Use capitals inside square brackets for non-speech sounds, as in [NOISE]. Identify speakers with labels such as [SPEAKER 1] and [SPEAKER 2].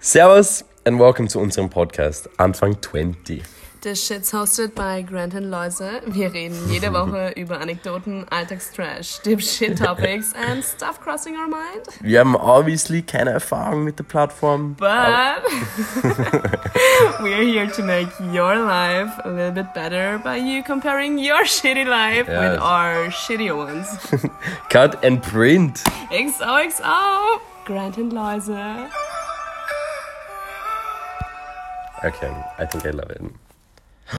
[SPEAKER 1] Servus and welcome zu unserem Podcast Anfang 20.
[SPEAKER 2] The Shit's hosted by Grant and Loise. Wir reden jede Woche über Anekdoten, Alltagstrash, Deep Shit Topics and stuff crossing our mind.
[SPEAKER 1] Wir haben obviously keine Erfahrung mit der Plattform.
[SPEAKER 2] But [LAUGHS] we are here to make your life a little bit better by you comparing your shitty life
[SPEAKER 1] Yes.
[SPEAKER 2] with our shittier ones.
[SPEAKER 1] Cut and print.
[SPEAKER 2] XOXO! Grant and Loise.
[SPEAKER 1] Okay, I think I love it.